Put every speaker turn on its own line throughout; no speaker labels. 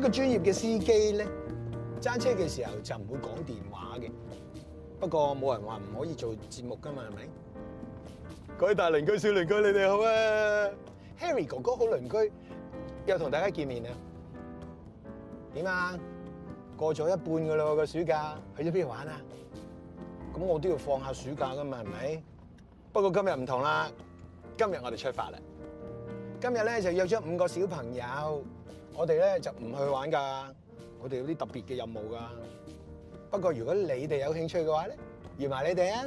個專業嘅司機咧，揸車嘅時候就唔會講電話嘅。不過冇人話唔可以做節目㗎嘛，係咪？各位大鄰居、小鄰居，你哋好啊！Harry 哥哥好鄰居，又同大家見面啦。點啊？過咗一半㗎啦喎，個暑假去咗邊度玩啊？咁我都要放下暑假㗎嘛，係咪？不過今日唔同啦，今日我哋出發啦。今日咧就約咗五個小朋友，我哋咧就唔去玩㗎，我哋有啲特別嘅任務㗎。不過如果你哋有興趣嘅話咧，預埋你哋啊！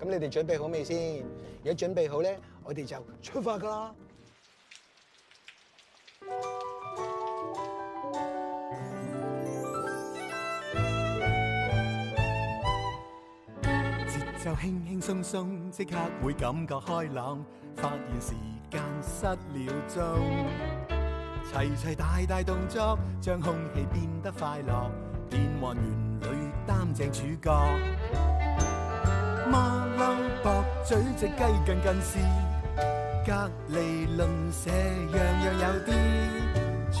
咁你哋準備好未先？如果準備好咧，我哋就出發㗎啦！
節奏輕輕鬆鬆，即刻會感覺開朗，發現時間失了蹤。齊齊大大動作，將空氣變得快樂，變幻園裏擔正主角。馬騮駁嘴只雞近近視，隔離鄰舍樣樣有啲。出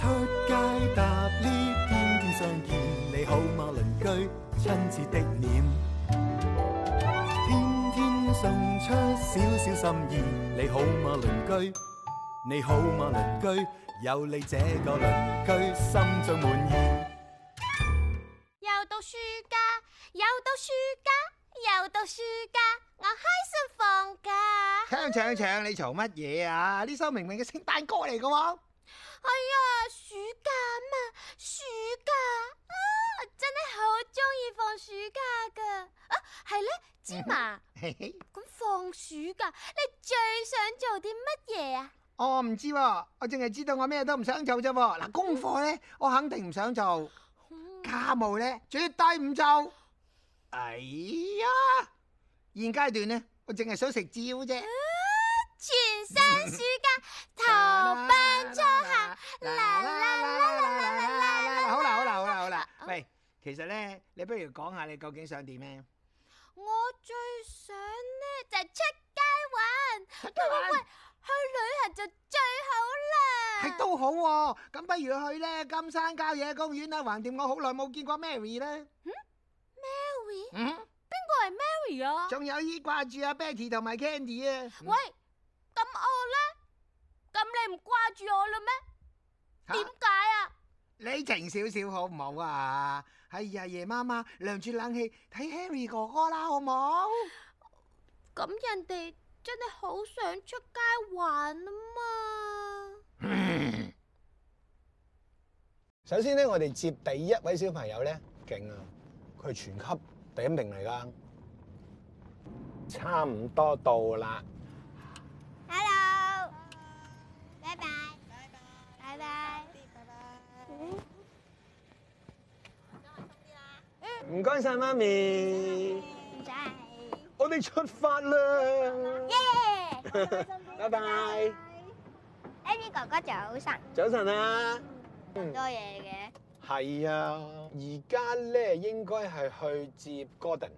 街搭 lift，天天相見，你好嗎鄰居？親切的臉。天天送出少少心意。你好嗎鄰居？你好嗎鄰居？有你這個鄰居，心中滿意。
又到暑假，又到暑假，又到暑假，我開心放假。
唱唱唱，你嘈乜嘢啊？呢首明明嘅聖誕歌嚟㗎喎！
哎呀，暑假嘛，暑假啊，真係好中意放暑假噶。啊，係咧，芝麻，
嘿嘿
咁放暑假你最想做啲乜嘢啊？
我哦唔知喎，我淨係知道我咩都唔想做啫喎。嗱，功課咧，我肯定唔想做；
嗯
家務咧，絕對唔做。哎呀，現階段咧，我淨係想食蕉啫。
全身暑假，頭班初夏，啦啦啦啦啦啦啦啦。
好啦好啦好啦好啦，喂，其實咧，你不如講下你究竟想點咧？
我最想咧就係出街玩，喂喂喂，去旅行就最好啦。
係都好喎，咁不如去咧金山郊野公園啦，橫掂我好耐冇見過 Mary 咧。
Mary，
嗯，
邊個係 Mary à? 啊？
仲有依掛住阿 Betty 同埋 Candy 啊。
喂，咁我咧，咁你唔掛住我啦咩？
嚇
點解啊？
你靜少少好唔好啊？哎呀，夜媽媽涼住冷氣睇 Harry 哥哥啦，好唔好？
咁人哋真係好想出街玩啊嘛。
首先咧，我哋接第一位小朋友咧，勁啊！佢係全級第一名嚟噶，差唔多到啦。
Hello，拜拜，拜拜，拜拜，
唔該晒媽咪，
唔使。
我哋出發啦！
耶！
拜拜，
Amy 哥哥早晨，
早晨啊！嗯
多嘢嘅。
係啊，而家咧應該係去接 Gordon。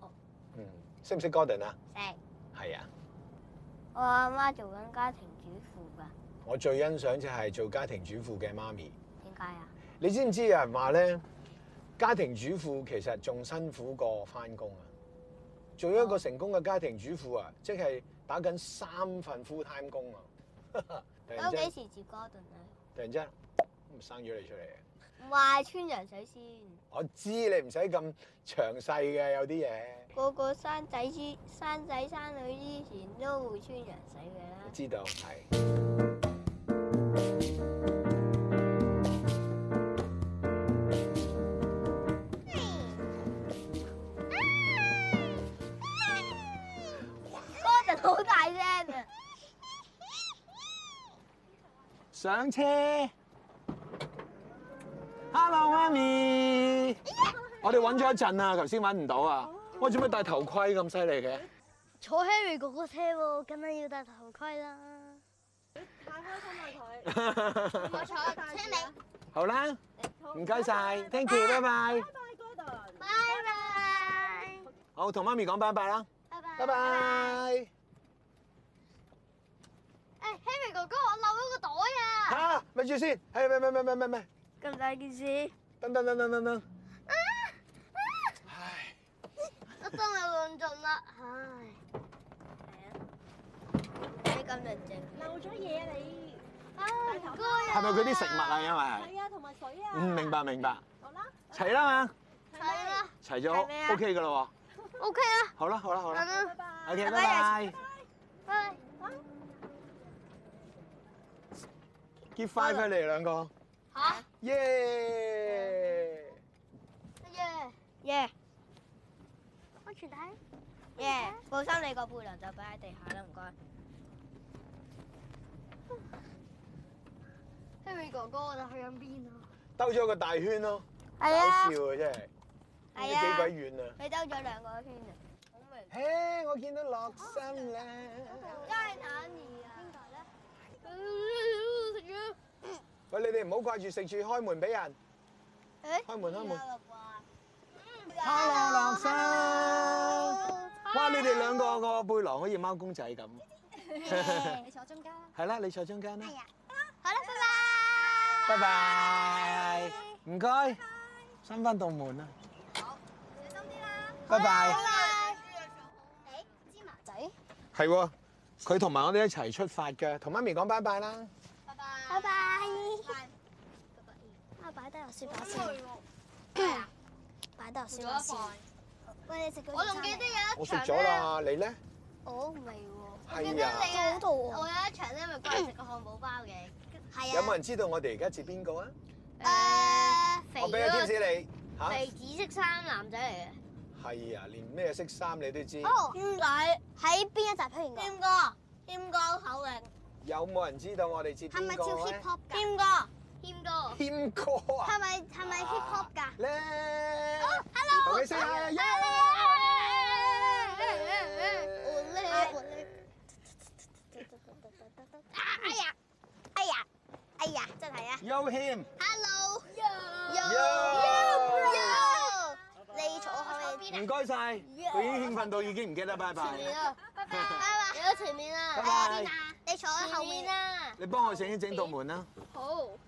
哦
嗯，識唔識 Gordon 啊？
食
係啊。
我阿媽做緊家庭主婦㗎，
我最欣賞就係做家庭主婦嘅媽咪。
點解
à?
啊？
你知唔知有人話咧，家庭主婦其實仲辛苦過翻工啊？做一個成功嘅家庭主婦啊，即係打緊三份 full time 工啊！ 突然
咁
間，
幾時接 Gordon 啊？
突然間，生咗你出嚟啊！
唔係穿羊水先，
我知你唔使咁詳細嘅，有啲嘢
個個生仔之生仔生女之前都會穿羊水嘅
我
啦。
知道係。
Gordon 好大聲
à.
啊！
上車，Hello 媽咪，我哋揾咗一陣啊，頭先揾唔到啊。喂，做咩戴頭盔咁犀利嘅？
坐 Harry 哥哥車喎，梗係要戴頭盔啦。
我坐車尾。
好啦，唔該晒，thank you，拜拜。
拜拜，
好，同媽咪講拜拜啦，
拜拜，
拜。拜。
誒，Harry 哥哥，我漏咗個袋啊！
à.
嚇，咪住先，係咪咪咪咪咪咪，
咁大件事，
等等等等等等，
我真係論盡啦，唉，係啊，你咁認真，
漏咗嘢啊你，
啊唔該啊，
係咪佢啲食物啊？因為
係啊，同埋水啊。
嗯，明白。明白，
好啦，
齊啦嘛，
睇啦
齊
係咪
咗
啊
OK 噶啦喎，
，OK
à.
啦，
好啦好啦好
咁
啦
啦，
拜。
，OK 拜
拜拜
拜，
拜。
結快佢哋兩個，
嚇，
耶！
耶，
耶
安全帶，
耶，放心你個背囊就擺喺地下啦，唔該。
Harry 哥哥，我哋去緊邊啊？
兜咗個大圈咯，搞
係啊
笑啊真係，
係
你幾
啊
鬼遠啊！
你兜咗兩個圈啊，好明。
嘿，我見到落心啦，
梗係坦兒啊！邊個咧？
喂，你哋唔好掛住食住開門俾人，
誒
開門開門。Hello，
Dạ. Hello，
樂生。哇！你哋兩個個背囊好似貓公仔咁。
你坐中間啦。
係啦，你坐中間啦。
好啦，拜
拜拜。唔該，閂翻道門啦。好，小心啲啦。拜拜。
拜。誒，芝麻仔，
係喎，佢同埋我哋一齊出發嘅，同媽咪講拜拜啦。
拜拜。啊，擺低我書包先。擺低我書包先。喂，你食咗
我仲記得有
我食咗啦，你咧？
我未哦喎，
係啊。
好肚餓。
我有一場咧，咪過去食個漢堡包嘅。
係
有冇人知道我哋而家接邊個啊？
啊？
肥
我俾個
嗰
貼
個
士你嚇。
肥紫色衫男仔嚟嘅。
係啊，連咩色衫你都知。
哦，點解喺邊一集出現過？
哥，謙哥口令。
有冇人知道我哋接
係咪
邊
叫
個
hip
咧？
hop 㗎？
謙哥，謙哥。
謙哥啊！
係咪係咪 hip hop 㗎？
咧，hello，同你 say hi 啊耶
啊哎
有欠，
啊
唔該晒，佢已經興奮到已經唔記得拜拜。
啊
拜
哎
拜，你幫我整一整道門啦，
啊
坐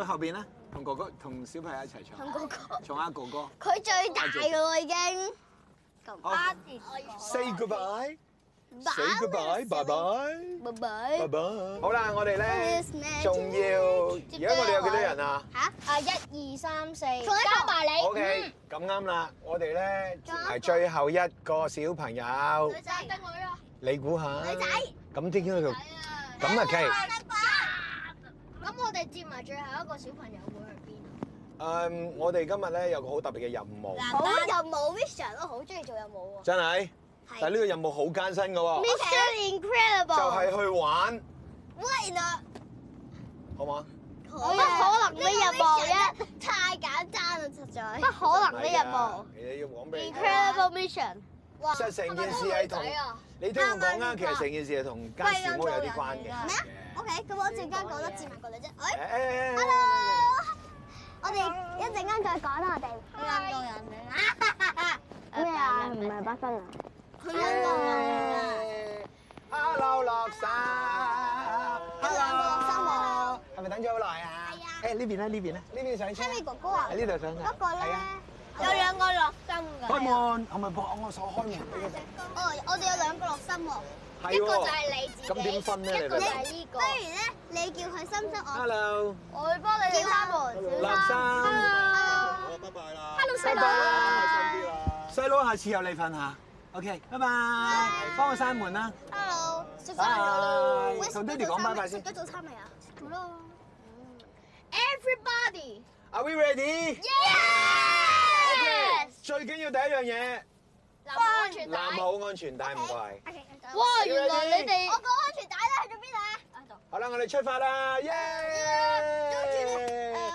喺後邊啦，同哥哥同小朋友一齊坐，坐下哥哥。好，say goodbye，say goodbye，拜拜，拜拜。好啦，我哋咧仲要，而家我哋有幾多人啊？O K，咁啱啦，我哋咧係最後一個小朋友，你估下？女仔。咁點解佢咁啊？奇，
咁我哋接埋最後一個小朋友會去邊啊？
誒，我哋今日咧有個好特別嘅任務，真係，但係呢個任務好艱辛嘅喎，就係去玩，好唔好啊？你要講俾你聽。實成件事係同你聽我講啦，其實成件事係同間小屋有啲關嘅。
咩啊？OK，咁我一陣間講得自埋個女啫。喂，
誒
我哋一陣間再講啦，我哋。印度人嚟。咩啊？唔係北京啊？佢印度人嚟㗎。
Hello，樂生。Hello，係咪等咗好耐啊？
係
誒呢邊啦，呢邊啦，呢邊上車。
Henry 哥哥啊，
喺呢度上車。
不過
係
咧
啊，
有兩個落心㗎。
開門，可唔可以幫我手開門？
哦，我哋有兩個落心喎。
係喎。
係你自
咁點分咧？你
個
哋
就係呢
不
個。
如咧，你叫佢心心我，
Hello，
我會幫你
叫他們
樂生。
Hello，
好，拜拜啦。
Hello，細
佬
開心啲啦。
細佬，下次有你份嚇。OK，拜拜。幫我閂門啦。
Hello，食咗
拜拜
喂
同爹哋講拜拜先
食咗早餐未啊？食咗咯。
Everybody。
Are we ready？
Yes。
最緊要第一樣嘢，
男安全帶。
攬好安全帶，唔該。
Ờ,
哇！原來你哋
我個安全帶咧去咗邊啊？
好啦，我哋出發啦，耶！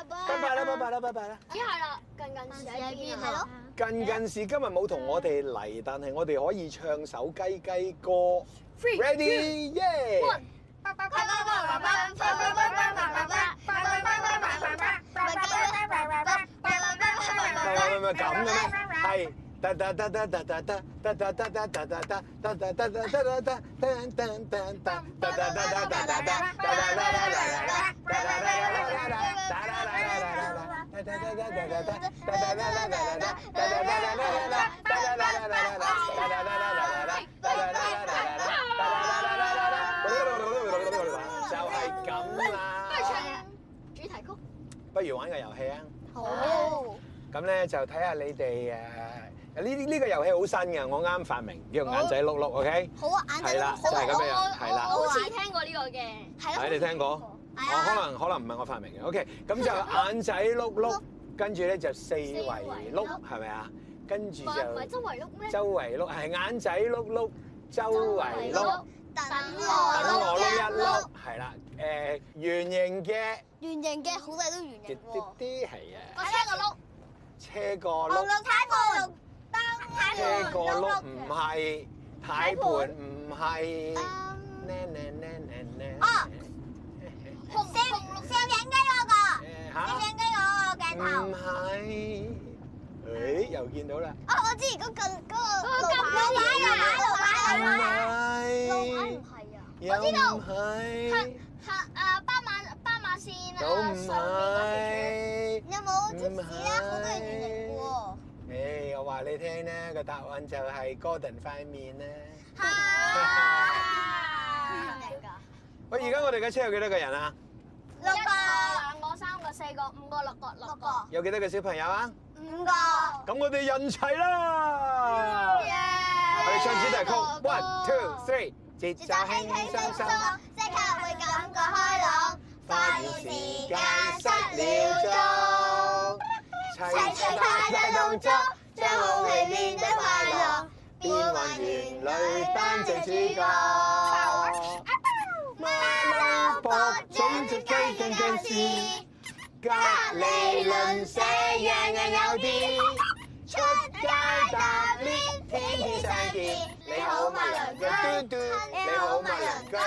拜拜啦，拜拜啦，拜拜啦。
只係啦，近近時喺邊
係咯
啊？。
近近是今日冇同我哋嚟，但係我哋可以唱首雞雞歌。Ready？耶！唔係唔係唔係咁嘅咩？係哒哒哒哒哒哒哒哒哒哒哒哒哒哒哒哒哒哒哒哒哒噔噔噔噔哒哒哒哒哒哒哒哒哒哒哒哒哒。就係咁啦，
主題曲。
不如玩個遊戲啊！
好，
咁咧就睇下你哋誒呢啲呢個遊戲好新嘅，我啱發明，叫眼仔碌碌，OK？
好啊，眼仔
係啦
好
就係咁
啊，
樣係啦
我好似聽過呢個嘅。
係
係你聽過？
係
哦，可
啊，
能可能唔係我發明嘅。OK，咁就眼仔碌碌，跟住咧就四圍碌，係咪啊？跟住
唔係唔係
就
周圍碌咩？
周圍碌，係眼仔碌碌，周圍
圍
碌
碌，
等
等
我
我
碌
碌
一
一
碌
碌，，係啦。誒，圓形嘅，
圓形嘅好細都圓
啲
形
啲
喎，
啲係啊，
我睇個碌，
車個
我
碌，
碌太盤，燈
車
太
個
盤，
碌唔係，太盤唔係。
嗯
呢呢呢呢呢
啊攝攝影機嗰個，
誒
攝
嚇
影機嗰個鏡頭
唔。係，誒又見到啦。
啊！我知嗰個嗰個路牌，路牌，
啊
路牌，路牌，
路
路牌。
牌唔係啊，又唔係，
係啊，斑馬斑馬線
又唔
啊，上面嗰條
係。
有冇貼士啊？好多係圓形嘅喎。
誒，我話你聽咧，個答案就係 Gordon 塊面啦。
嗯
嚇！
喂，而家我哋嘅車有幾多個人啊？
六
一
個，
個、兩個、三個、四個、五個、六個、
六
六個。
個，
有幾多個小朋友啊？
五個。
咁我哋人齊
Ừ,
啦！我哋唱主題曲，One Two Three，節
節
奏
奏輕
輕輕
輕
鬆
鬆
鬆。
鬆，即刻會感覺開朗，發現時間失了
蹤，齊
蹤，齊齊大大動作，將空氣變得快樂，變幻園裏擔正主角。馬騮博長隻雞更更是。
隔
離鄰舍樣樣有啲，出街搭 lift 天天相見。你好嗎鄰居？
嘟嘟
你好嗎鄰居？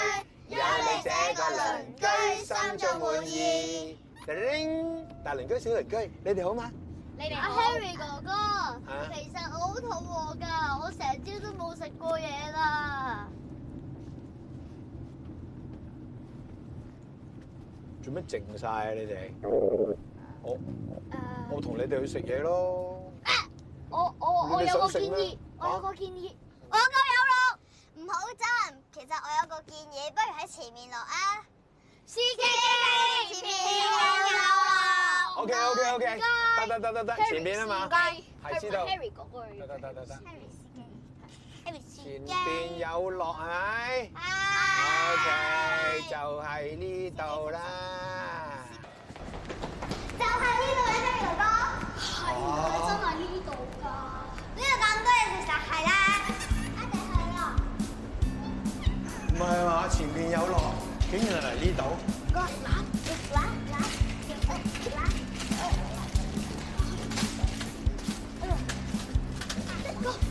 有你這個鄰居，心中滿意。。
叮大鄰居小鄰居，你哋好嗎？
你哋
阿
好。
Harry 哥哥
啊，
其實我好肚餓㗎，我成朝都冇食過嘢啦。
做乜靜晒啊？你哋？我我同你哋去食嘢咯。
我我我
你哋
有
想
個
食
建
咩
議，我有
啊
個建議。
我夠有路，唔好爭。其實我有個建議，不如喺前面落啊。司機，前面有路。
OK OK OK，得得得得得，前面啊嘛，係知道。
Harry 哥哥。
得得得得得，
Harry 司
前
機
邊有落係咪
係
？OK，就係呢度啦。
就係呢度啦，Harry 哥哥。哎
哦
真係呢度㗎。
呢度咁多嘢食就係啦，一定係啦。
唔係嘛，前面有落，竟然係嚟呢度。
個攬，攬，攬，攬，攬。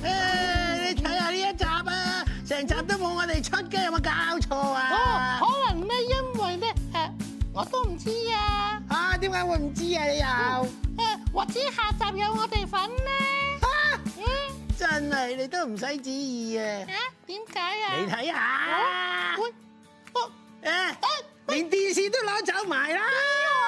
你睇下呢一集啊，成集都冇我哋出嘅，有冇搞錯
哦
啊？
可能咧，因為咧，誒，我都唔知啊，
啊，點解會唔知啊？你又
誒，或者下集有我哋份咧，
啊
嗯，
真係你都唔使旨意啊！
啊，點解啊？
你睇下，
喂，哦哎
誒，連電視都攞走埋啦！
啊
啊